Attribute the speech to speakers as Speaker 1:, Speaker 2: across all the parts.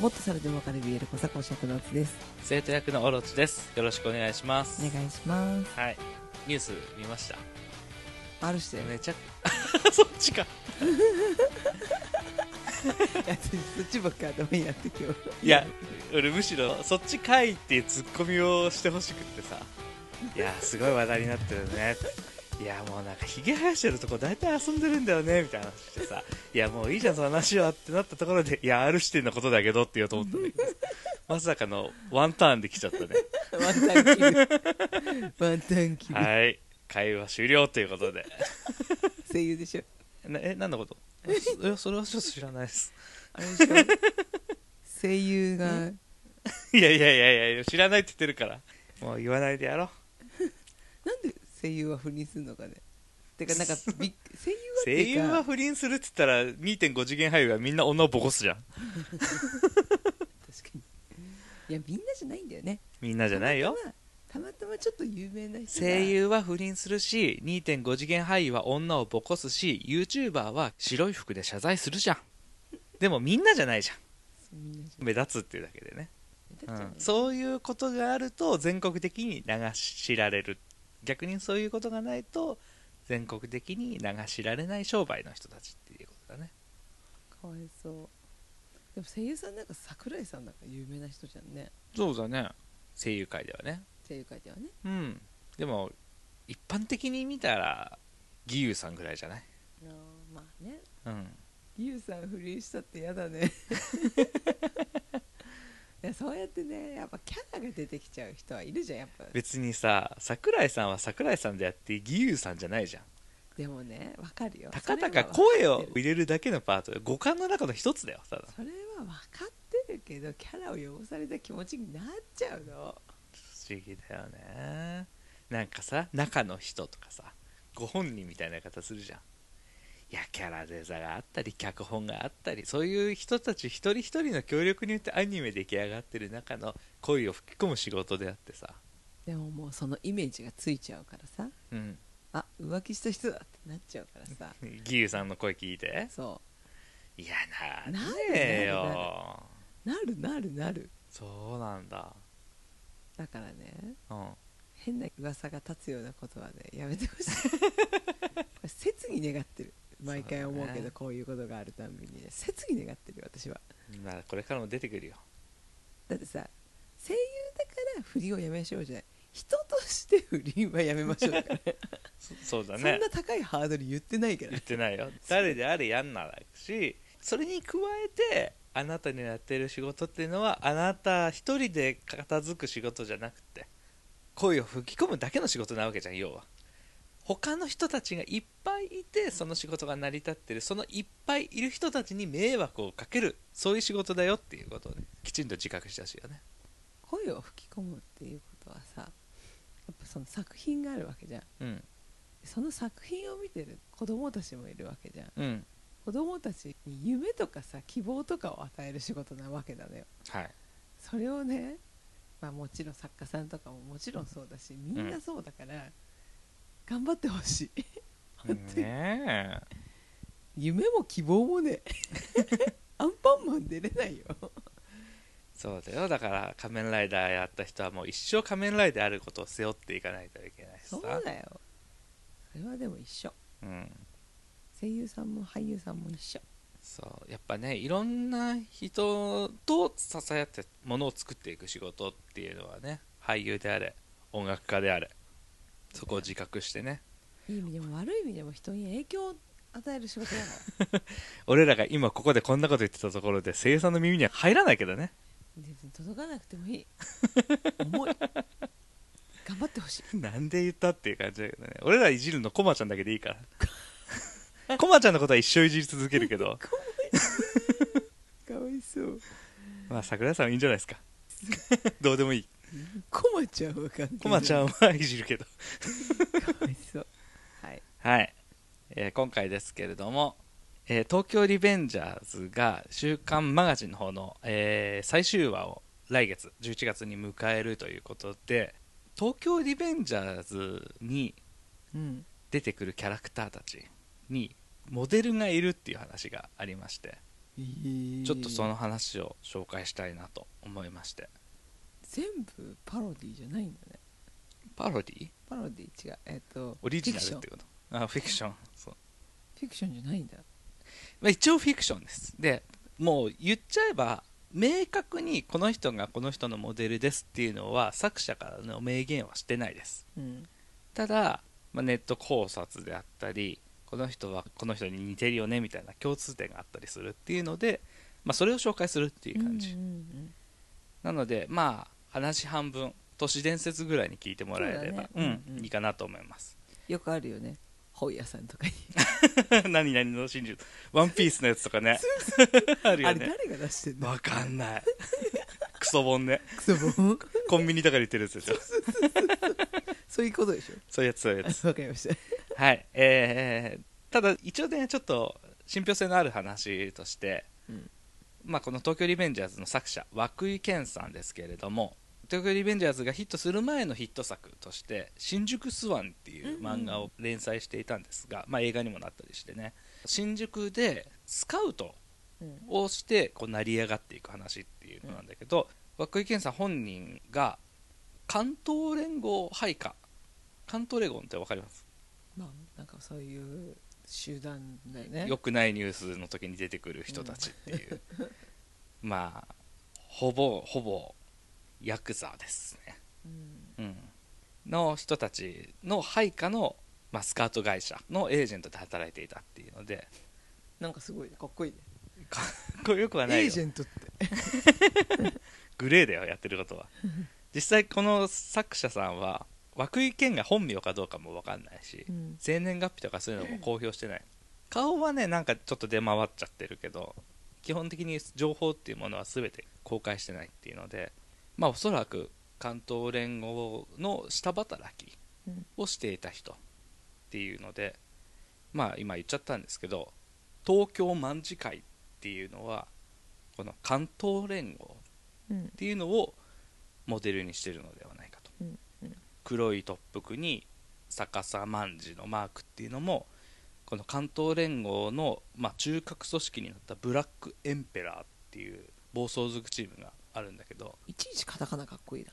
Speaker 1: もっと猿でもわかる BL 小坂おしゃくのつです
Speaker 2: 生徒役のオロチですよろしくお願いします
Speaker 1: お願いします
Speaker 2: はいニュース見ました
Speaker 1: あるして ね
Speaker 2: めちゃく そっちか
Speaker 1: いやそっちばっか頭にやって今日
Speaker 2: いや俺むしろそっちかいっていうツッコミをしてほしくってさいやすごい話題になってるねいやもうなんかひげ生やしてるとこ大体遊んでるんだよねみたいな話してさいやもういいじゃんその話はってなったところでいや R 視点のことだけどって言おうと思ったんだけ どまさかのワンターンで来ちゃったね
Speaker 1: ワンタンキルワンタンキル、
Speaker 2: はい会話終了ということで
Speaker 1: 声優でしょ
Speaker 2: な え何のことえそえそれはちょっと知らないです
Speaker 1: あれでしょ声優が
Speaker 2: いやいやいやいや知らないって言ってるからもう言わないでやろう
Speaker 1: なんで声優は不倫するのかねてかなん かびっ声優はって
Speaker 2: 声
Speaker 1: いう
Speaker 2: 優
Speaker 1: か
Speaker 2: は不倫するって言ったら2.5次元俳優はみんな女をボコすじゃん
Speaker 1: 確かにいやみんなじゃないんだよね
Speaker 2: みんなじゃないよ
Speaker 1: たまたまちょっと有名な人が
Speaker 2: 声優は不倫するし2.5次元俳優は女をボコすし YouTuber は白い服で謝罪するじゃんでもみんなじゃないじゃ
Speaker 1: そうみんなじゃ
Speaker 2: ん目立つっていうだけでね、
Speaker 1: 目立っちゃうね
Speaker 2: うんそういうことがあると全国的に流しられる逆にそういうことがないと全国的に流しられない商売の人たちっていうことだね
Speaker 1: かわいそうでも声優さんなんか桜井さんなんか有名な人じゃんね
Speaker 2: そうだね声優界ではね
Speaker 1: 声優界ではね
Speaker 2: うんでも一般的に見たら義勇さんぐらいじゃない
Speaker 1: あーまあね
Speaker 2: うん
Speaker 1: ゆうさん不倫したって嫌だ ねいやそうやってねやっぱキャラが出てきちゃう人はいるじゃんやっぱ
Speaker 2: 別にさ桜井さんは桜井さんであって義勇さんじゃないじゃん
Speaker 1: でもねわかるよ
Speaker 2: たかた
Speaker 1: それ
Speaker 2: か
Speaker 1: は分
Speaker 2: 声
Speaker 1: か
Speaker 2: を
Speaker 1: ってる
Speaker 2: 入れるだけのパートで五感の中の一つだよただ
Speaker 1: それは分かってるけどキャラを汚された気持ちになっちゃうの
Speaker 2: 不思議だよねなんかさ中の人とかさご本人みたいな言い方するじゃんいやキャラデザがあったり脚本があったりそういう人たち一人一人の協力によってアニメ出来上がってる中の声を吹き込む仕事であってさ
Speaker 1: でももうそのイメージがついちゃうからさ
Speaker 2: うん
Speaker 1: あ浮気した人だってなっちゃうからさ
Speaker 2: 義勇さんの声聞いて
Speaker 1: そ
Speaker 2: いやな
Speaker 1: なる
Speaker 2: ね
Speaker 1: な
Speaker 2: え
Speaker 1: る
Speaker 2: よ
Speaker 1: うなるなるなる
Speaker 2: そうなんだ
Speaker 1: だからね
Speaker 2: うん
Speaker 1: 変な噂が立つようなことはねやめてほしい これ切に願ってる毎回思う
Speaker 2: そう
Speaker 1: け
Speaker 2: だ
Speaker 1: ど
Speaker 2: ね
Speaker 1: こういうことがあるたんびにね切に願ってるよ私は
Speaker 2: まあこれからも出てくるよ
Speaker 1: だってさ声優だから不倫をやめましょうじゃない人として不倫はやめましょうだから、
Speaker 2: そそうだ
Speaker 1: そん
Speaker 2: ね
Speaker 1: な高いハードル言ってないから
Speaker 2: 言ってないよ誰であれやんならしそれに加えてあなたのやってる仕事っていうのはあなた一人で片付く仕事じゃなくて声を吹き込むだけの仕事なわけじゃん要は他の人たちがいっぱいいてその仕事が成り立ってるそのいっぱいいる人たちに迷惑をかけるそういう仕事だよっていうことをねきちんと自覚してほしいよね
Speaker 1: 声を吹き込むっていうことはさやっぱその作品があるわけじゃん
Speaker 2: うん
Speaker 1: その作品を見てる子供たちもいるわけじゃん
Speaker 2: うん
Speaker 1: 子供たちに夢とかさ希望とかを与える仕事なわけだよ
Speaker 2: はい
Speaker 1: それをね、まあ、もちろん作家さんとかももちろんそうだしみんなそうだから、頑張ってほしい 本当に、
Speaker 2: ねえ
Speaker 1: 夢も希望も ねアンパンマン出れないよ
Speaker 2: そうだよだから仮面ライダーやった人はもう一生仮面ライダーあることを背負っていかないといけないしさ
Speaker 1: そうだよそれはでも一緒
Speaker 2: うん、
Speaker 1: 声優さんも俳優さんも一緒
Speaker 2: そうやっぱねいろんな人と支え合ってものを作っていく仕事っていうのはね俳優であれ音楽家であれそこを自覚してね
Speaker 1: いい意味でも悪い意味でも人に影響を与える仕事だから
Speaker 2: 俺らが今ここでこんなこと言ってたところで声優さんの耳には入らないけどね
Speaker 1: 全然届かなくてもい い重い頑張ってほしい
Speaker 2: なんで言ったっていう感じだけどね俺らいじるのコマちゃんだけでいいから コマちゃんのことは一生いじり続けるけど
Speaker 1: かわい そう
Speaker 2: まあ桜井さんはいいんじゃないです かどうでもいい
Speaker 1: コマちゃんわかんない
Speaker 2: コマちゃんはいじるけど
Speaker 1: かわいそうはい
Speaker 2: はい、えー今回ですけれども、えー東京リベンジャーズが「週刊マガジン」の方の、えー最終話を来月11月に迎えるということで東京リベンジャーズに
Speaker 1: うん
Speaker 2: 出てくるキャラクターたちにモデルがいるっていう話がありましてちょっとそ
Speaker 1: の
Speaker 2: の話を紹介したいなと思いまして
Speaker 1: 全部パロディじゃないんだね
Speaker 2: パロディ
Speaker 1: パロディ違うえっ、と
Speaker 2: オリジナ
Speaker 1: フィクシ
Speaker 2: ル
Speaker 1: ョ
Speaker 2: っ
Speaker 1: ン
Speaker 2: てことあフィクションそう、
Speaker 1: フィクションじゃないんだ
Speaker 2: まあ、一応フィクションですでもう言っちゃえば明確にこの人がこの人のモデルですっていうのは作者からの明言はしてないです
Speaker 1: うん
Speaker 2: ただ、まあ、ネット考察であったりこの人はこの人に似てるよねみたいな共通点があったりするっていうので、まあ、それを紹介するっていう感じ、
Speaker 1: うんうんうん
Speaker 2: なのでまあ話半分都市伝説ぐらいに聞いてもらえれば,、
Speaker 1: そううだねうん
Speaker 2: ん
Speaker 1: うん
Speaker 2: いいかなと思います
Speaker 1: よくあるよね本屋さんとかに
Speaker 2: 何々の真珠ワンピースのやつとかね ある
Speaker 1: あ
Speaker 2: よ
Speaker 1: れ
Speaker 2: ね
Speaker 1: 誰が出してんの
Speaker 2: わかんないクソ本ね
Speaker 1: クソ本
Speaker 2: コンビニとかで売ってるやつでしょ
Speaker 1: そういうことでしょ
Speaker 2: そういうやつそういうやつ
Speaker 1: わかりました
Speaker 2: はいえー、ただ一応ねちょっと信憑性のある話として、
Speaker 1: うん
Speaker 2: まあ、この「東京リベンジャーズ」の作者涌井健さんですけれども「東京リベンジャーズ」がヒットする前のヒット作として「新宿スワン」っていう漫画を連載していたんですが、まあ、映画にもなったりしてね新宿でスカウト
Speaker 1: うん
Speaker 2: をしてこう成り上がっていく話っていうのなんだけど涌井健さん本人が関東連合配下関東連合って分かります
Speaker 1: まあなんかそういう集団だよね
Speaker 2: 良くないニュースの時に出てくる人たちっていう、まあほぼほぼヤクザですね、
Speaker 1: うん
Speaker 2: うん、の人たちの配下の、まあ、スカート会社のエージェントで働いていたっていうので
Speaker 1: なんかすごいねかっこいいね
Speaker 2: かっこよくはな
Speaker 1: エー
Speaker 2: いよ
Speaker 1: ジェントって
Speaker 2: グレーだよやって ることは実際この作者さんは涌井健が本名かどうかも分かんないし、
Speaker 1: うん
Speaker 2: 生年月日とかそういうのも公表してない顔はねなんかちょっと出回っちゃってるけど基本的に情報っていうものは全て公開してないっていうのでまあおそらく関東連合の下働き
Speaker 1: うん
Speaker 2: をしていた人っていうのでまあ今言っちゃったんですけど東京卍会っていうのはこの関東連合
Speaker 1: うん
Speaker 2: っていうのをモデルにしてるのではないかと、
Speaker 1: うんうん
Speaker 2: 黒いトップ服に逆さ万字のマークっていうのもこの関東連合の、まあ、中核組織になったブラックエンペラーっていう暴走族チームがあるんだけど、
Speaker 1: いちいちカタカナかっこいいな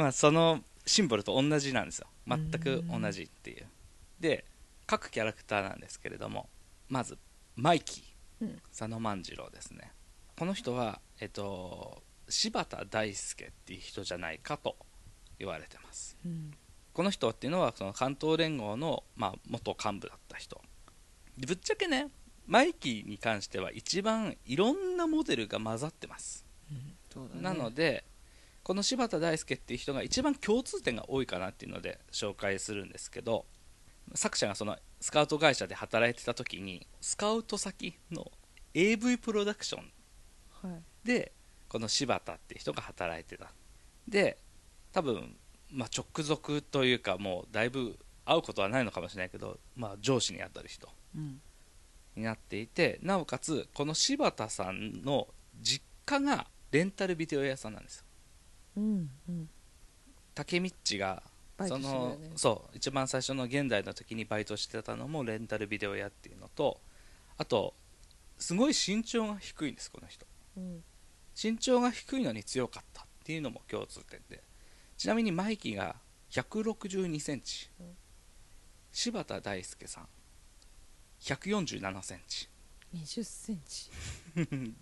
Speaker 2: まあ、そのシンボルと同じなんですよ全く同じっていうで各キャラクターなんですけれどもまずマイキー
Speaker 1: うん
Speaker 2: 佐野万次郎ですねこの人はえっと柴田大輔っていう人じゃないかと言われてます
Speaker 1: うん
Speaker 2: この人っていうのはその関東連合の、まあ、元幹部だった人でぶっちゃけねマイキーに関しては一番いろんなモデルが混ざってます
Speaker 1: そうだね
Speaker 2: なのでこの柴田大輔っていう人が一番共通点が多いかなっていうので紹介するんですけど作者がそのスカウト会社で働いてた時にスカウト先の AV プロダクション
Speaker 1: はい
Speaker 2: でこの柴田って人が働いてたで多分、まあ、直属というかもうだいぶ会うことはないのかもしれないけど、まあ、上司にあたる人
Speaker 1: うん
Speaker 2: になっていてなおかつこの柴田さんの実家がレンタルビデオ屋さんなんですよ
Speaker 1: うんうん
Speaker 2: 竹道が
Speaker 1: バイ
Speaker 2: そ
Speaker 1: トしてる
Speaker 2: の
Speaker 1: よね
Speaker 2: そう一番最初の現代の時にバイトしてたのもレンタルビデオ屋っていうのとあとすごい身長が低いんですこの人
Speaker 1: うん
Speaker 2: 身長が低いのに強かったっていうのも共通点でちなみにマイキーが162センチ
Speaker 1: うん
Speaker 2: 柴田大輔さん147センチ
Speaker 1: 20センチ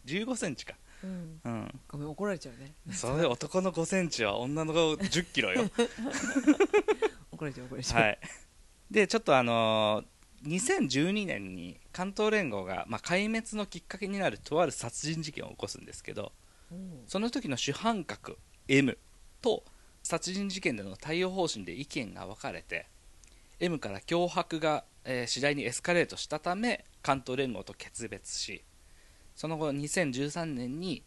Speaker 2: 15センチか
Speaker 1: うん
Speaker 2: うん
Speaker 1: ごめん怒られちゃうね
Speaker 2: それ男の5センチは女の子10キロよ
Speaker 1: 怒られちゃう怒られちゃう
Speaker 2: はい、でちょっとあのー2012年に関東連合が、まあ、壊滅のきっかけになるとある殺人事件を起こすんですけど
Speaker 1: うん
Speaker 2: その時の主犯格 M と殺人事件での対応方針で意見が分かれて M から脅迫が、えー次第にエスカレートしたため関東連合と決別しその後2013年に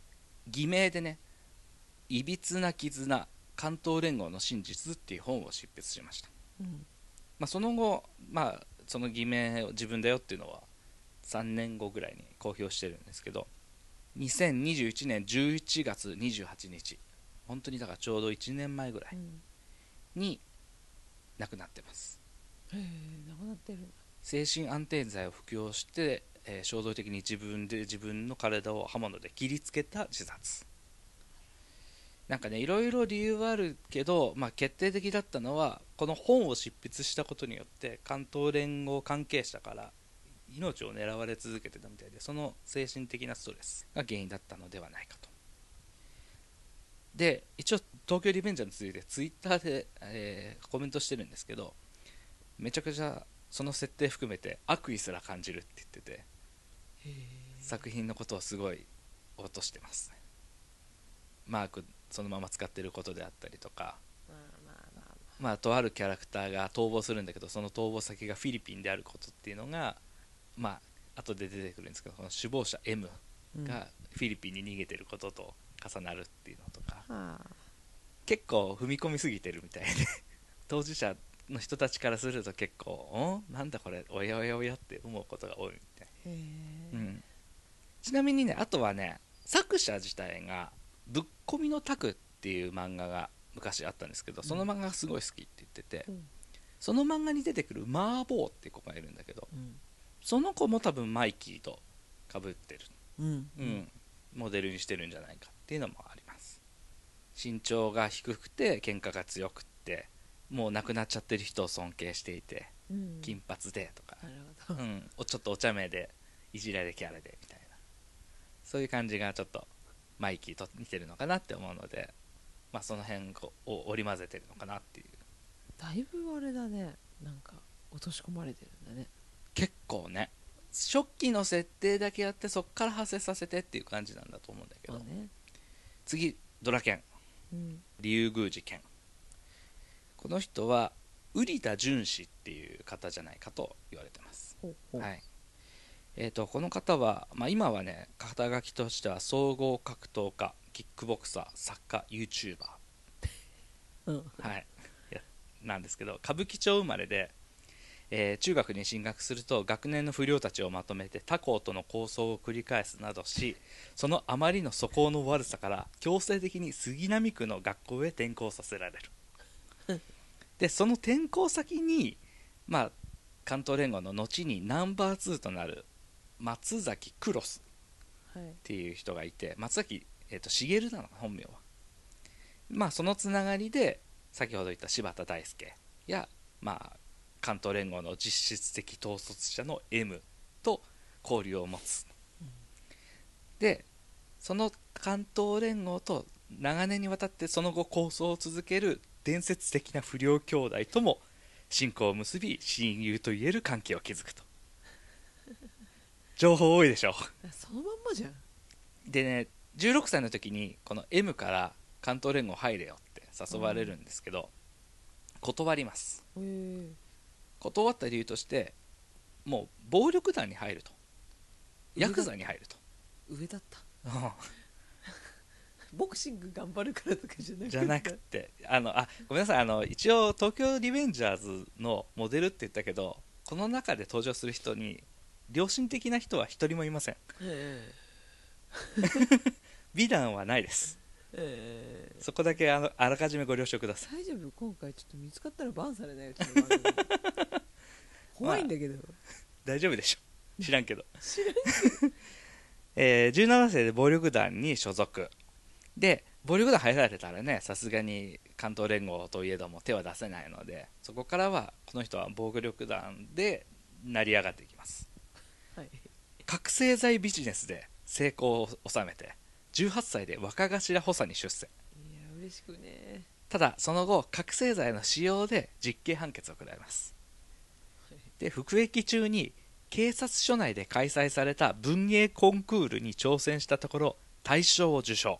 Speaker 2: 偽名でね「いびつな絆関東連合の真実」っていう本を執筆しました
Speaker 1: うん
Speaker 2: まあ、その後、まあ、その偽名を自分だよっていうのは3年後ぐらいに公表してるんですけど2021年11月28日本当にだからちょうど1年前ぐら
Speaker 1: う
Speaker 2: い
Speaker 1: ん
Speaker 2: に亡くなってます
Speaker 1: へえなくなってる
Speaker 2: 精神安定剤を服用して、ええー衝動的に自分で自分の体を刃物で切りつけた自殺なんかねいろいろ理由はあるけど、まあ、決定的だったのはこの本を執筆したことによって関東連合関係者から命を狙われ続けてたみたいでその精神的なストレスが原因だったのではないかとで一応東京リベンジャーについてツイッターで、えーコメントしてるんですけどめちゃくちゃその設定含めて悪意すら感じるって言ってて
Speaker 1: へえ
Speaker 2: 作品のことをすごい落としてますねマークそのまま使ってることであったりとか
Speaker 1: まあまあまあま
Speaker 2: まあ、とあるキャラクターが逃亡するんだけどその逃亡先がフィリピンであることっていうのがまあ後で出てくるんですけどこの首謀者 M
Speaker 1: あ
Speaker 2: がフィリピンに逃げてることと重なるっていうのとか、
Speaker 1: うんはあ
Speaker 2: 結構踏み込みすぎてるみたいで 当事者の人たちからすると結構「んなんだこれおやおやおや」って思うことが多いみたい
Speaker 1: へえ、
Speaker 2: な、うんちなみにねあとはね作者自体が「ぶっこみのタク」っていう漫画が昔あったんですけどその漫画がすごい好きって言ってて、
Speaker 1: うん
Speaker 2: その漫画に出てくるマーボーって子がいるんだけど
Speaker 1: うん
Speaker 2: その子も多分マイキーとかぶってる、
Speaker 1: うん
Speaker 2: うんモデルにしてるんじゃないかっていうのもあります身長が低くて喧嘩が強くってもう亡くなっちゃってる人を尊敬していて
Speaker 1: うん
Speaker 2: 金髪でとか、
Speaker 1: なる
Speaker 2: う
Speaker 1: ほど、
Speaker 2: ん、おちょっとお茶目でいじられキャラでみたいなそういう感じがちょっとマイキーと似てるのかなって思うので、まあ、その辺を織り交ぜてるのかなっていう
Speaker 1: だいぶあれだねなんか落とし込まれてるんだね
Speaker 2: 結構ね初期の設定だけやってそっから派生させてっていう感じなんだと思うんだけど、
Speaker 1: そうね
Speaker 2: 次ドラケン
Speaker 1: うん
Speaker 2: 竜宮寺剣この人は瓜田淳氏っていう方じゃないかと言われてます
Speaker 1: ほうほう、
Speaker 2: はいえー、とこの方は、まあ、今はね肩書きとしては総合格闘家キックボクサー作家 YouTuber、
Speaker 1: うん
Speaker 2: はい、いやなんですけど歌舞伎町生まれで、えー中学に進学すると学年の不良たちをまとめて他校との抗争を繰り返すなどしそのあまりの素行の悪さから強制的に杉並区の学校へ転校させられるでその転校先に、まあ、関東連合の後にナンバー2となる松崎クロス
Speaker 1: はい
Speaker 2: っていう人がいて松崎、えー、と茂なのか本名はまあそのつながりで先ほど言った柴田大輔やまあ関東連合の実質的統率者の M と交流を持つ、でその関東連合と長年にわたってその後構想を続ける伝説的な不良兄弟とも親交を結び親友といえる関係を築くと情報多いでしょ
Speaker 1: あそのまんまじゃん
Speaker 2: でね16歳の時にこの M から関東連合入れよって誘われるんですけど、断ります
Speaker 1: へえ
Speaker 2: 断った理由としてもう暴力団に入るとヤクザに入ると
Speaker 1: 上だった
Speaker 2: うん
Speaker 1: ボクシング頑張るからとかじゃなくて
Speaker 2: じゃなくてあのあごめんなさいあの一応東京リベンジャーズのモデルって言ったけどこの中で登場する人に良心的な人は一人もいません
Speaker 1: え
Speaker 2: 美談はないです
Speaker 1: えええ
Speaker 2: そこだけあのあらかじめご了承ください
Speaker 1: 大丈夫今回ちょっと見つかったらバンされないうちの番組怖いんだけど、
Speaker 2: 大丈夫でしょ知らんけど
Speaker 1: 知らん
Speaker 2: えー17歳で暴力団に所属で暴力団入られたらねさすがに関東連合といえども手は出せないのでそこからはこの人は暴力団で成り上がっていきます
Speaker 1: はい
Speaker 2: 覚醒剤ビジネスで成功を収めて18歳で若頭補佐に出世
Speaker 1: いや嬉しくね
Speaker 2: ただその後覚醒剤の使用で実刑判決を食らいますで服役中に警察署内で開催された文芸コンクールに挑戦したところ大賞を受賞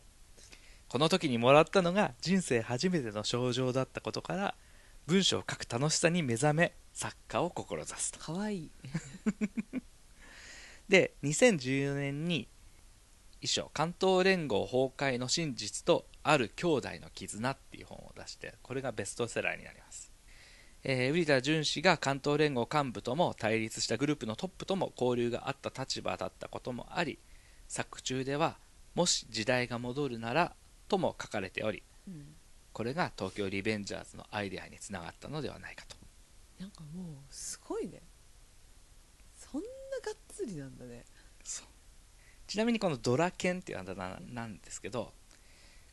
Speaker 2: この時にもらったのが人生初めての賞状だったことから文章を書く楽しさに目覚め作家を志すと
Speaker 1: 可愛いい
Speaker 2: で2014年に一書「関東連合崩壊の真実とある兄弟の絆」っていう本を出してこれがベストセラーになりますえー瓜田淳氏が関東連合幹部とも対立したグループのトップとも交流があった立場だったこともあり作中では「もし時代が戻るなら」とも書かれており
Speaker 1: うん
Speaker 2: これが東京リベンジャーズのアイデアにつながったのではないかと
Speaker 1: なんかもうすごいねそんなガッツ釣りなんだね
Speaker 2: そうちなみにこのドラケンっていうあだ名なんですけど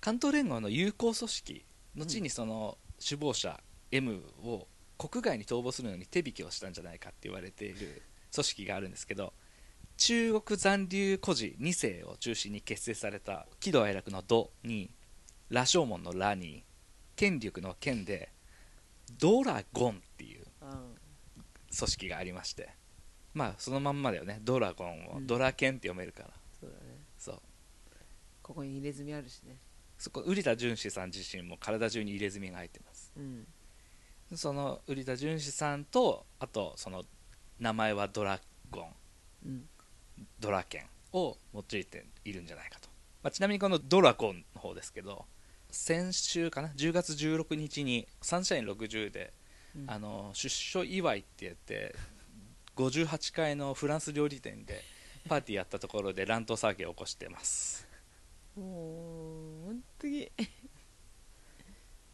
Speaker 2: 関東連合の友好組織後にその首謀者 M を国外に逃亡するのに手引きをしたんじゃないかって言われている組織があるんですけど中国残留孤児2世を中心に結成された喜怒哀楽の「ド」に羅生門の「ラ」に権力の「権」で「ドラゴン」っていう
Speaker 1: うん
Speaker 2: 組織がありましてまあそのまんまだよねドラゴン
Speaker 1: う
Speaker 2: を
Speaker 1: ん
Speaker 2: ドラケンって読めるから、
Speaker 1: そうだね
Speaker 2: そう
Speaker 1: ここに入れ墨あるしね
Speaker 2: そこ瓜田淳史さん自身も体中に入れ墨が入ってます
Speaker 1: うん
Speaker 2: その瓜田淳史さんとあとその名前はドラゴン
Speaker 1: うん
Speaker 2: ドラケンを用いているんじゃないかと、まあ、ちなみにこのドラゴンの方ですけど先週かな10月16日にサンシャイン60で
Speaker 1: うん
Speaker 2: あの出所祝いって言って58階のフランス料理店でパーティーやったところで乱闘騒ぎを起こしてます
Speaker 1: もう本当に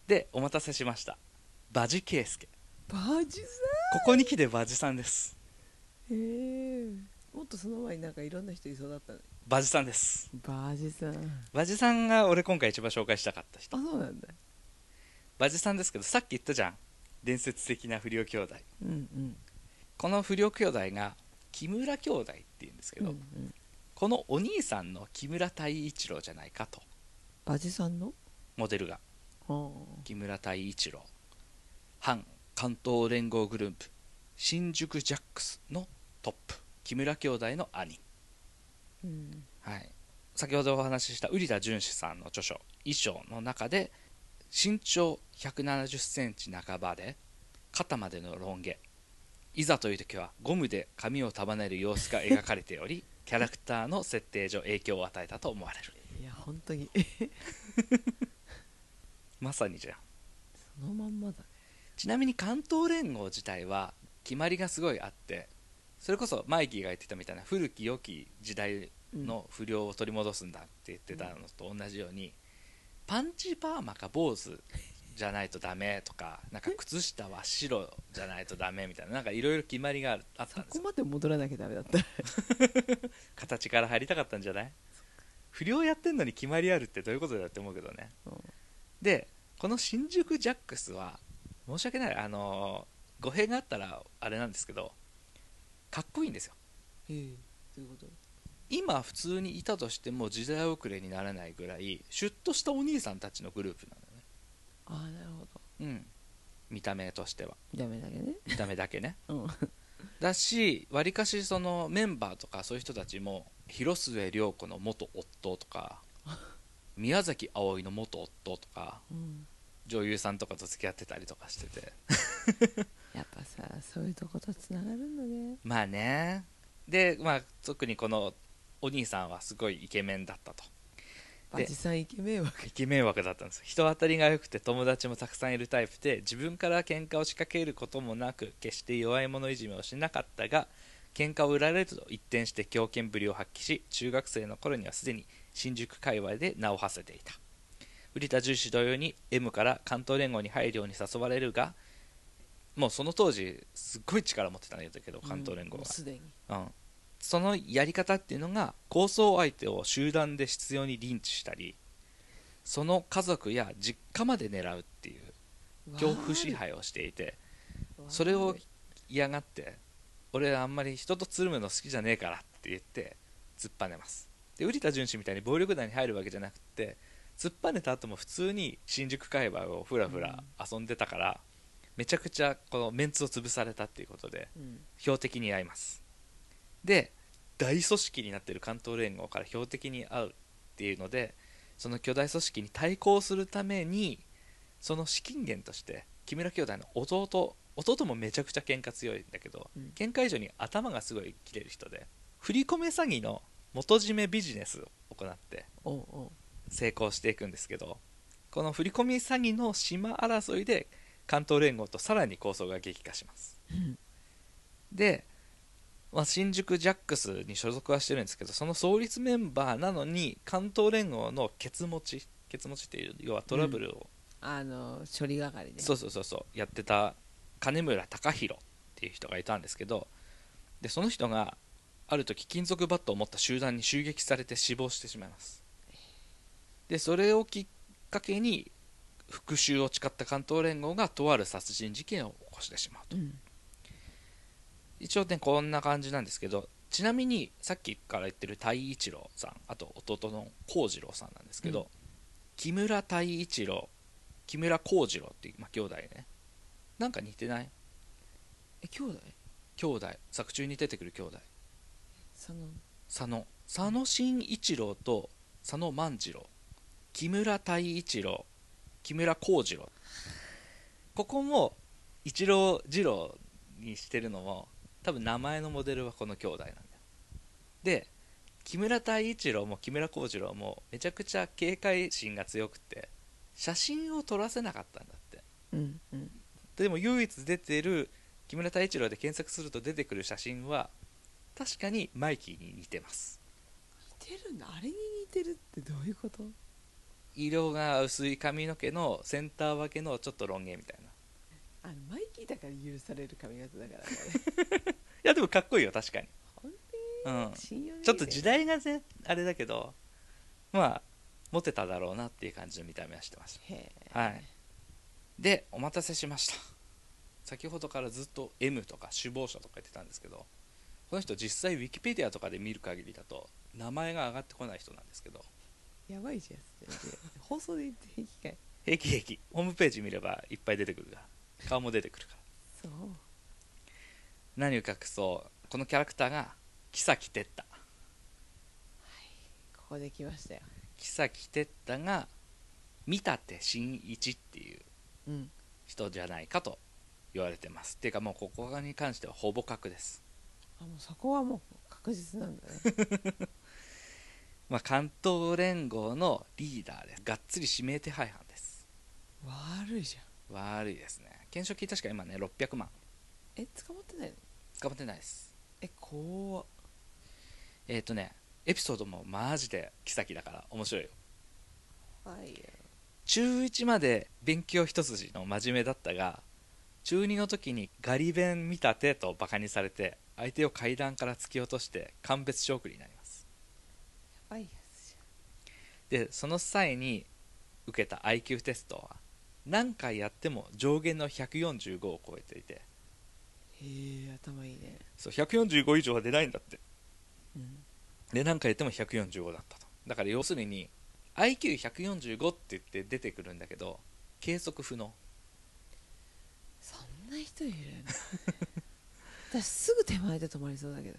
Speaker 2: でお待たせしましたバジケイスケ
Speaker 1: バジさ
Speaker 2: ここに来てバジさんです
Speaker 1: んへえもっとその前になんかいろんな人いそうだったね
Speaker 2: バジさんです
Speaker 1: バジさんあ
Speaker 2: バジさんが俺今回一番紹介したかった人
Speaker 1: そうなんだ
Speaker 2: バジさんですけどさっき言ったじゃん伝説的な不良兄弟
Speaker 1: うんうん
Speaker 2: この不良兄弟が木村兄弟っていうんですけ
Speaker 1: うん
Speaker 2: ど、
Speaker 1: うん
Speaker 2: このお兄さんの木村太一郎じゃないかと
Speaker 1: バジさんの
Speaker 2: モデルが
Speaker 1: は
Speaker 2: 木村太一郎反関東連合グループ新宿ジャックスのトップ木村兄弟の兄、
Speaker 1: あうん
Speaker 2: はい、先ほどお話しした瓜田淳史さんの著書「衣装」の中で身長1 7 0ンチ半ばで肩までのロン毛いざという時はゴムで髪を束ねる様子が描かれておりキャラクターの設定上影響を与えたと思われる
Speaker 1: いや本当に
Speaker 2: まさにじゃん
Speaker 1: そのまんまだね
Speaker 2: ちなみに関東連合自体は決まりがすごいあってそれこそマイキーが言ってたみたいな古き良き時代の不良を取り戻すんだって言ってたのと同じように、パンチパーマか坊主じゃないとダメとかなんか靴下は白じゃないとダメみたいななんかいろいろ決まりがあるあったんで
Speaker 1: こ
Speaker 2: す
Speaker 1: こま
Speaker 2: よ
Speaker 1: で戻らなきゃダメだった
Speaker 2: 形から入りたかったんじゃない不良やってんのに決まりあるってどういうことだって思うけどねでこの新宿ジャックスは申し訳ないあの語弊があったらあれなんですけどかっこいいんですよ
Speaker 1: ええどういうこと
Speaker 2: 今普通にいたとしても時代遅れにならないぐらいシュッとしたお兄さんたちのグループなん
Speaker 1: ああなるほど
Speaker 2: だよねうん見た目としては
Speaker 1: ダメだけどね
Speaker 2: 見た目だけね
Speaker 1: うん
Speaker 2: だしわりかしそのメンバーとかそういう人たちも広末涼子の元夫とか宮崎あおいの元夫とか
Speaker 1: うん
Speaker 2: 女優さんとかと付き合ってたりとかしてて
Speaker 1: やっぱさそういうとことつながるんだね
Speaker 2: まあねで、まあ、特にこのお兄さんはすごいイケメンだったと
Speaker 1: バジさんイケメンは
Speaker 2: イケメン枠だったんです人当たりが良くて友達もたくさんいるタイプで自分から喧嘩を仕掛けることもなく決して弱い者いじめをしなかったが喧嘩を売られると一転して狂犬ぶりを発揮し中学生の頃にはすでに新宿界隈で名を馳せていた瓜田重視同様に M から関東連合に配慮に誘われるがもうその当時すっごい力持ってたんだけど関東連
Speaker 1: うんも
Speaker 2: 合が
Speaker 1: う、すでに
Speaker 2: うん、そのやり方っていうのが抗争相手を集団で執拗にリンチしたりその家族や実家まで狙うっていう恐怖支配をしていて
Speaker 1: わー
Speaker 2: それを嫌がって俺あんまり人とつるむの好きじゃねえからって言って突っぱねますで瓜田淳史みたいに暴力団に入るわけじゃなくて突っぱねた後も普通に新宿界隈をふらふら遊んでたから、めちゃくちゃこのメンツを潰されたっていうことで
Speaker 1: うん
Speaker 2: 標的に遭いますで大組織になってる関東連合から標的に遭うっていうのでその巨大組織に対抗するためにその資金源として木村兄弟の弟弟もめちゃくちゃ喧嘩強いんだけど、
Speaker 1: うん
Speaker 2: 喧嘩以上に頭がすごい切れる人で振り込め詐欺の元締めビジネスを行って
Speaker 1: おうおう
Speaker 2: 成功していくんですけどこの振り込み詐欺の島争いで関東連合とさらに抗争が激化します
Speaker 1: うん
Speaker 2: で、まあ、新宿ジャックスに所属はしてるんですけどその創立メンバーなのに関東連合のケツ持ちケツ持ちっていう要はトラブルを、
Speaker 1: あの処理係ね
Speaker 2: そうそうそうそうやってた金村隆弘っていう人がいたんですけどでその人がある時金属バットを持った集団に襲撃されて死亡してしまいますでそれをきっかけに復讐を誓った関東連合がとある殺人事件を起こしてしまうと
Speaker 1: うん
Speaker 2: 一応ねこんな感じなんですけどちなみにさっきから言ってる太一郎さんあと弟の幸次郎さんなんですけど、
Speaker 1: うん
Speaker 2: 木村太一郎木村幸次郎っていう、まあ、兄弟ねなんか似てない
Speaker 1: え兄弟
Speaker 2: 兄弟作中に出てくる兄弟
Speaker 1: その
Speaker 2: 佐野佐野真一郎と佐野万次郎木村太一郎木村幸次郎ここも一郎二郎にしてるのも多分名前のモデルはこの兄弟なんだよで木村太一郎も木村幸次郎もめちゃくちゃ警戒心が強くて写真を撮らせなかったんだって
Speaker 1: うんうん
Speaker 2: でも唯一出てる木村太一郎で検索すると出てくる写真は確かにマイキーに似てます
Speaker 1: 似てるんだあれに似てるってどういうこと
Speaker 2: 色が薄い髪の毛のセンター分けのちょっとロン毛みたいな
Speaker 1: あのマイキーだから許される髪型だからね
Speaker 2: いやでもかっこいいよ確かに、
Speaker 1: 本
Speaker 2: うん
Speaker 1: 当、に信用でき
Speaker 2: ちょ
Speaker 1: る
Speaker 2: っと時代がぜあれだけどまあモテただろうなっていう感じの見た目はしてまし
Speaker 1: へえ
Speaker 2: たはいでお待たせしました先ほどからずっと M とか首謀者とか言ってたんですけどこの人実際ウィキペディアとかで見る限りだと名前が上がってこない人なんですけど
Speaker 1: やばいじゃんそれで放送で言っていいかい
Speaker 2: 平気平気ホームページ見ればいっぱい出てくるから顔も出てくるから
Speaker 1: そう
Speaker 2: 何を隠そうこのキャラクターが木崎哲太
Speaker 1: ここで来ましたよ
Speaker 2: 木崎哲太が見立真一っていう
Speaker 1: うん
Speaker 2: 人じゃないかと言われてますっていうかもうここに関してはほぼ確です
Speaker 1: あもうそこはもう確実なんだね
Speaker 2: まあ関東連合のリーダーですがっつり指名手配犯です
Speaker 1: 悪いじゃん
Speaker 2: 悪いですね懸賞金確か今ね600万
Speaker 1: え捕まってないの
Speaker 2: 捕まってないです
Speaker 1: え怖っ
Speaker 2: えっ、とねエピソードもマジで木崎だから面白いよ
Speaker 1: はいよ
Speaker 2: 中1まで勉強一筋の真面目だったが中2の時にガリ弁見たてとバカにされて相手を階段から突き落として鑑別症区になります
Speaker 1: やばいやつじ
Speaker 2: でその際に受けた IQ テストは何回やっても上限の145を超えていて
Speaker 1: ゃんへえ頭いいね
Speaker 2: そう145以上は出ないんだって
Speaker 1: うん
Speaker 2: で何回やっても145だったとだから要するに IQ145 って言って出てくるんだけど計測不能
Speaker 1: そんな人いるの 私すぐ手前で止まりそうだけど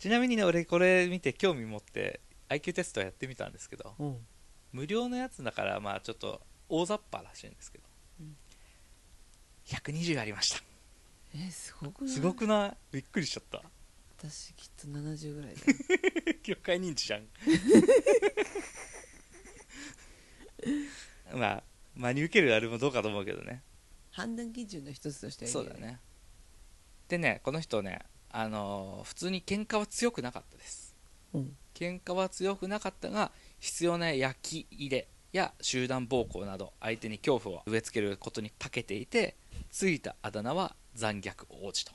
Speaker 2: ちなみにね俺これ見て興味持って IQ テストやってみたんですけど
Speaker 1: うん
Speaker 2: 無料のやつだからまあちょっと大雑把らしいんですけど、
Speaker 1: うん
Speaker 2: 120ありました
Speaker 1: えすごくない
Speaker 2: すごくないびっくりしちゃった
Speaker 1: 私きっと70ぐらいだよ
Speaker 2: 業界認知じゃん まあ真に受けるあれもどうかと思うけどね
Speaker 1: 判断基準の一つとしてはいい
Speaker 2: そうだねでねこの人ねあのー普通に喧嘩は強くなかったです
Speaker 1: うん
Speaker 2: 喧嘩は強くなかったが必要な焼き入れや集団暴行など相手に恐怖を植え付けることに長けていてついたあだ名は残虐王子と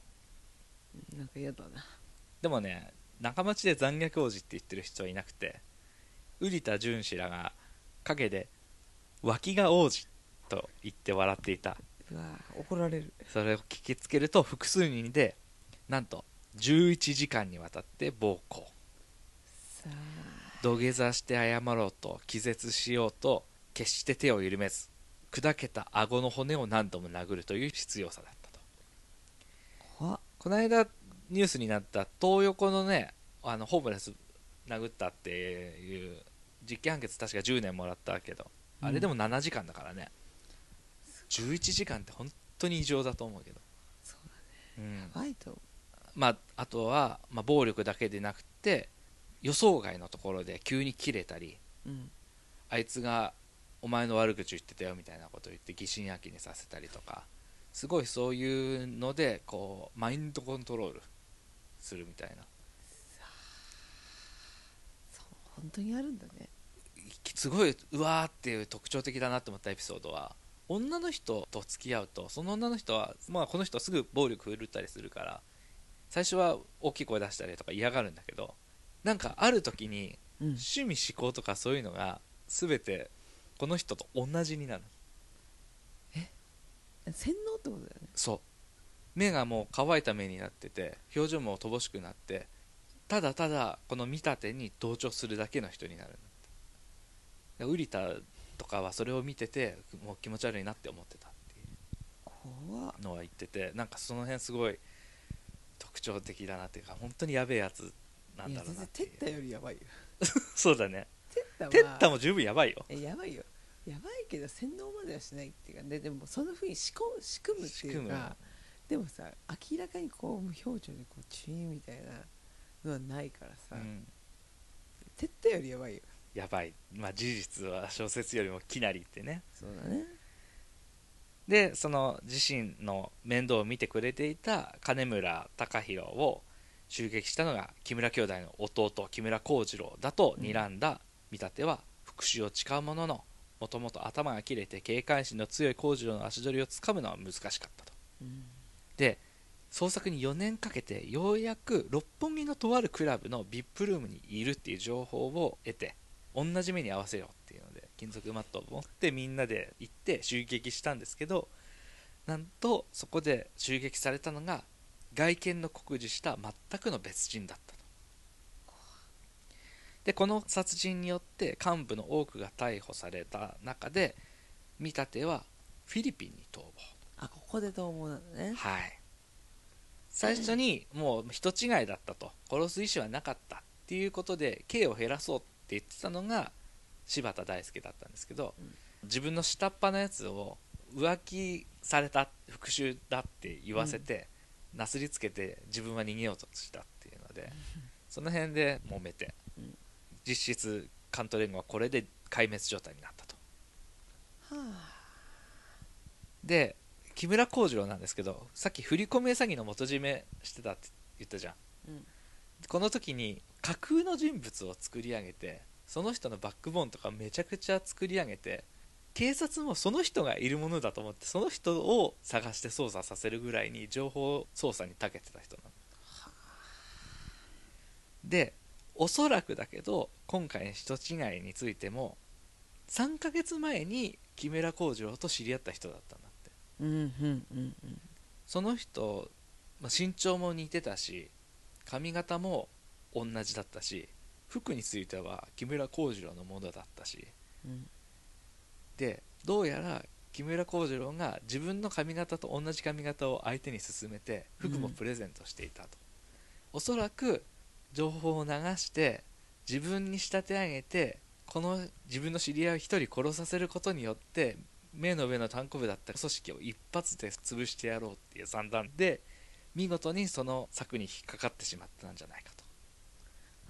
Speaker 1: なんか嫌だな
Speaker 2: でもね仲間内で残虐王子って言ってる人はいなくて瓜田淳氏らが陰で脇が王子と言って笑っていた
Speaker 1: うわ怒られる
Speaker 2: それを聞きつけると複数人でなんと11時間にわたって暴行
Speaker 1: さあ
Speaker 2: 土下座して謝ろうと気絶しようと決して手を緩めず砕けた顎の骨を何度も殴るという必要さだったと
Speaker 1: 怖っ
Speaker 2: この間ニュースになった東横のねあのホームレス殴ったっていう実刑判決確か10年もらったけど、あれでも7時間だからね11時間って本当に異常だと思うけど、
Speaker 1: そう
Speaker 2: うん
Speaker 1: だね怖いと思
Speaker 2: まあ、あとは、まあ、暴力だけでなくて予想外のところで急に切れたり
Speaker 1: ううん
Speaker 2: あいつがお前の悪口言ってたよみたいなこと言って疑心暗鬼にさせたりとかすごいそういうのでこうマインドコントロールするみたいな
Speaker 1: そう本当にあるんだね
Speaker 2: すごいうわーっていう特徴的だなと思ったエピソードは女の人と付き合うとその女の人は、まあ、この人はすぐ暴力振るったりするから最初は大きい声出したりとか嫌がるんだけどなんかある時に
Speaker 1: うん、
Speaker 2: 趣味思考とかそういうのが全てこの人と同じになる
Speaker 1: 洗脳ってことだよね
Speaker 2: そう目がもう乾いた目になってて表情も乏しくなってただただこの見立てに同調するだけの人になるんだってウリタとかはそれを見ててもう気持ち悪いなって思ってたっていう
Speaker 1: 怖っ
Speaker 2: のは言っててなんかその辺すごい特徴的だなっていうか本当にやべえやつなん
Speaker 1: い
Speaker 2: だ
Speaker 1: や
Speaker 2: ろ
Speaker 1: 全
Speaker 2: うなっ
Speaker 1: 然テ
Speaker 2: ていう
Speaker 1: ッタよりやばいよ
Speaker 2: そうだね
Speaker 1: テッタは
Speaker 2: テッタも十分やばいよ
Speaker 1: えやばいよやばいけど洗脳まではしないっていうかででもそのふうに仕込む仕組むっていうかでもさ明らかにこう無表情でこうチーンみたいなのはないから
Speaker 2: う
Speaker 1: さ、
Speaker 2: ん
Speaker 1: 絶対よりやばいよ
Speaker 2: やばいまあ事実は小説よりもきなりってね
Speaker 1: そうだね
Speaker 2: でその自身の面倒を見てくれていた金村隆弘を襲撃したのが木村兄弟の弟木村幸次郎だと睨んだ見立ては復讐を誓うもののもともと頭が切れて警戒心の強い幸次郎の足取りをつかむのは難しかったと
Speaker 1: うん
Speaker 2: で捜索に4年かけてようやく六本木のとあるクラブの VIP ルームにいるっていう情報を得て同じ目に合わせようっていうので金属マットを持ってみんなで行って襲撃したんですけどなんとそこで襲撃されたのが外見の酷似した全くの別人だったとでこの殺人によって幹部の多くが逮捕された中で見立てはフィリピンに逃亡
Speaker 1: あここでどう思うなんだね
Speaker 2: はい、最初にもう人違いだったと殺す意思はなかったっていうことで刑を減らそうって言ってたのが柴田大輔だったんですけど、
Speaker 1: うん
Speaker 2: 自分の下っ端のやつを浮気された復讐だって言わせて、なすりつけて自分は逃げようとしたっていうので、その辺で揉めて、
Speaker 1: うん
Speaker 2: 実質関東連合はこれで壊滅状態になったと。
Speaker 1: はあ
Speaker 2: で木村幸次郎なんですけどさっき振り込め詐欺の元締めしてたって言ったじゃん
Speaker 1: うん
Speaker 2: この時に架空の人物を作り上げてその人のバックボーンとかめちゃくちゃ作り上げて警察もその人がいるものだと思ってその人を探して捜査させるぐらいに情報操作に長けてた人なのでおそらくだけど今回の人違いについても3ヶ月前に木村幸次郎と知り合った人だったんだって
Speaker 1: うんうんうんうん
Speaker 2: その人、まあ身長も似てたし髪型も同じだったし服については木村幸次郎のものだったし
Speaker 1: うん
Speaker 2: でどうやら木村幸次郎が自分の髪型と同じ髪型を相手に勧めて服もプレゼントしていたと、おそらく情報を流して自分に仕立て上げてこの自分の知り合いを一人殺させることによって目の上の単行部だった組織を一発で潰してやろうっていう算段で見事にその策に引っかかってしまったんじゃないか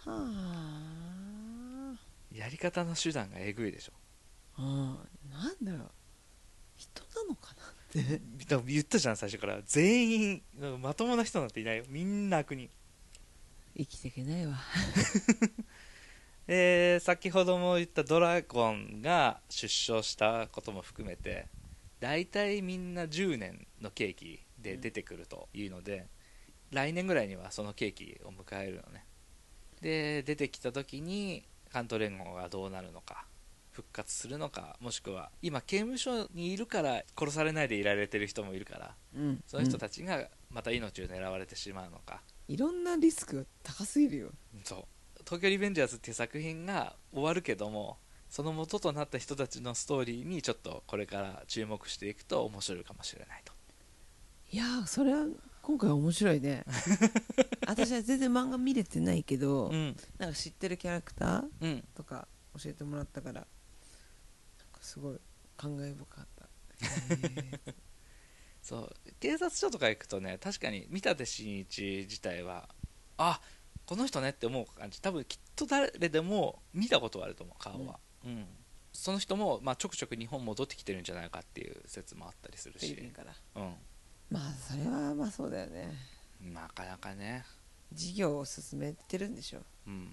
Speaker 2: と
Speaker 1: はあ
Speaker 2: やり方の手段がえぐいでしょ
Speaker 1: あなんだろう人なのかなって
Speaker 2: でも言ったじゃん最初から全員まともな人なんていないよみんな悪人
Speaker 1: 生きていけないわ
Speaker 2: で先ほども言ったドラゴンが出生したことも含めて大体みんな10年のケーキで出てくるというので、来年ぐらいにはそのケーキを迎えるのねで出てきた時に関東連合がどうなるのか復活するのかもしくは今刑務所にいるから殺されないでいられてる人もいるから
Speaker 1: うん
Speaker 2: その人たちがまた命を狙われてしまうのか、
Speaker 1: いろんなリスクが高すぎるよ
Speaker 2: そう「東京リベンジャーズ」っていう作品が終わるけどもその元となった人たちのストーリーにちょっとこれから注目していくと面白いかもしれないと
Speaker 1: いやーそれは今回面白い ね私は全然漫画見れてないけど、
Speaker 2: うん
Speaker 1: なんか知ってるキャラクター
Speaker 2: うん
Speaker 1: とか教えてもらったからなんかすごい感慨深かった
Speaker 2: そう警察署とか行くとね確かに見立真一自体はあこの人ねって思う感じ多分きっと誰でも見たことはあると思う顔は、うんその人も、まあ、ちょくちょく日本戻ってきてるんじゃないかっていう説もあったりする
Speaker 1: フィリピン
Speaker 2: し、
Speaker 1: から
Speaker 2: うん、
Speaker 1: まあそれはまあそうだよね
Speaker 2: なかなかね
Speaker 1: 事業を進めてるんでしょ
Speaker 2: うん、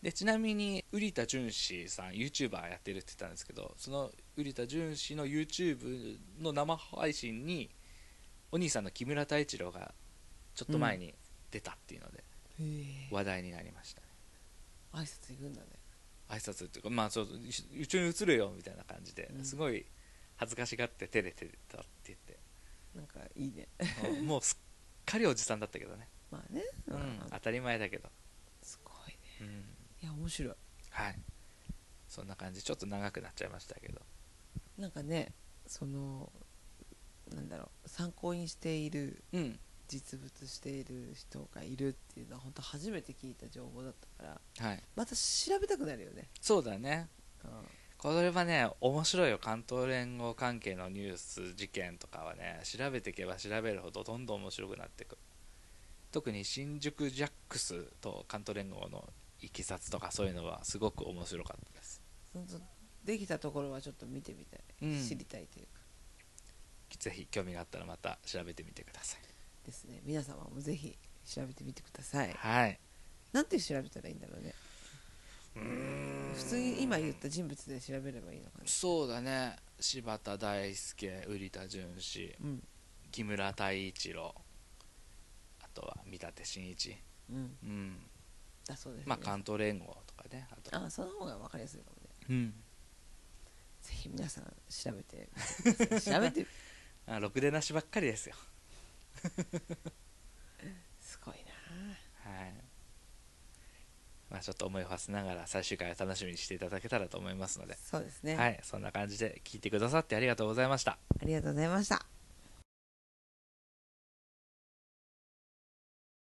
Speaker 2: でちなみに瓜田淳氏さん YouTuber やってるって言ったんですけどその瓜田淳氏の YouTube の生配信にお兄さんの木村太一郎がちょっと前に出たっていうので
Speaker 1: へえ
Speaker 2: 話題になりましたね
Speaker 1: 挨拶行くんだね
Speaker 2: 挨拶っていうかまあそううちに移るよみたいな感じで、
Speaker 1: うん
Speaker 2: すごい恥ずかしがって照れてたって
Speaker 1: なんかいいね
Speaker 2: 言ってもうもうすっかりおじさんだったけどね、
Speaker 1: まあね、
Speaker 2: うん
Speaker 1: うん
Speaker 2: 当たり前だけど、
Speaker 1: すごいね
Speaker 2: うん
Speaker 1: いや面白い
Speaker 2: はいそんな感じちょっと長くなっちゃいましたけど
Speaker 1: なんかねそのなんだろう参考にしている
Speaker 2: うん
Speaker 1: 実物している人がいるっていうのは本当初めて聞いた情報だったから
Speaker 2: はい
Speaker 1: また調べたくなるよね、
Speaker 2: そうだね
Speaker 1: うん、
Speaker 2: これはね面白いよ関東連合関係のニュース事件とかはね調べていけば調べるほどどんどん面白くなっていく特に新宿ジャックスと関東連合のいきさつとかそういうのはすごく面白かったです
Speaker 1: そのできたところはちょっと見てみたい、
Speaker 2: うん
Speaker 1: 知りたいというか
Speaker 2: ぜひ興味があったらまた調べてみてくださ
Speaker 1: ですね皆様もぜひ調べてみてくださ
Speaker 2: い
Speaker 1: い
Speaker 2: はい
Speaker 1: なんて調べたらいいんだろうね普通に今言った人物で調べればいいのかな
Speaker 2: そうだね柴田大輔瓜田淳史
Speaker 1: うん
Speaker 2: 木村太一郎あとは三立真一
Speaker 1: うん
Speaker 2: うん
Speaker 1: だそうです、
Speaker 2: まあ関東連合とかねあと
Speaker 1: あその方が分かりやすいかもね
Speaker 2: うん
Speaker 1: ぜひ皆さん調べてみてくださ い調べて
Speaker 2: あろくでなしばっかりですよ
Speaker 1: すごい
Speaker 2: はいまあちょっと思いを馳せながら最終回を楽しみにしていただけたらと思いますの
Speaker 1: な
Speaker 2: で、
Speaker 1: そうですね、
Speaker 2: はいそんな感じで聞いてくださってありがとうございました
Speaker 1: ありがとうございました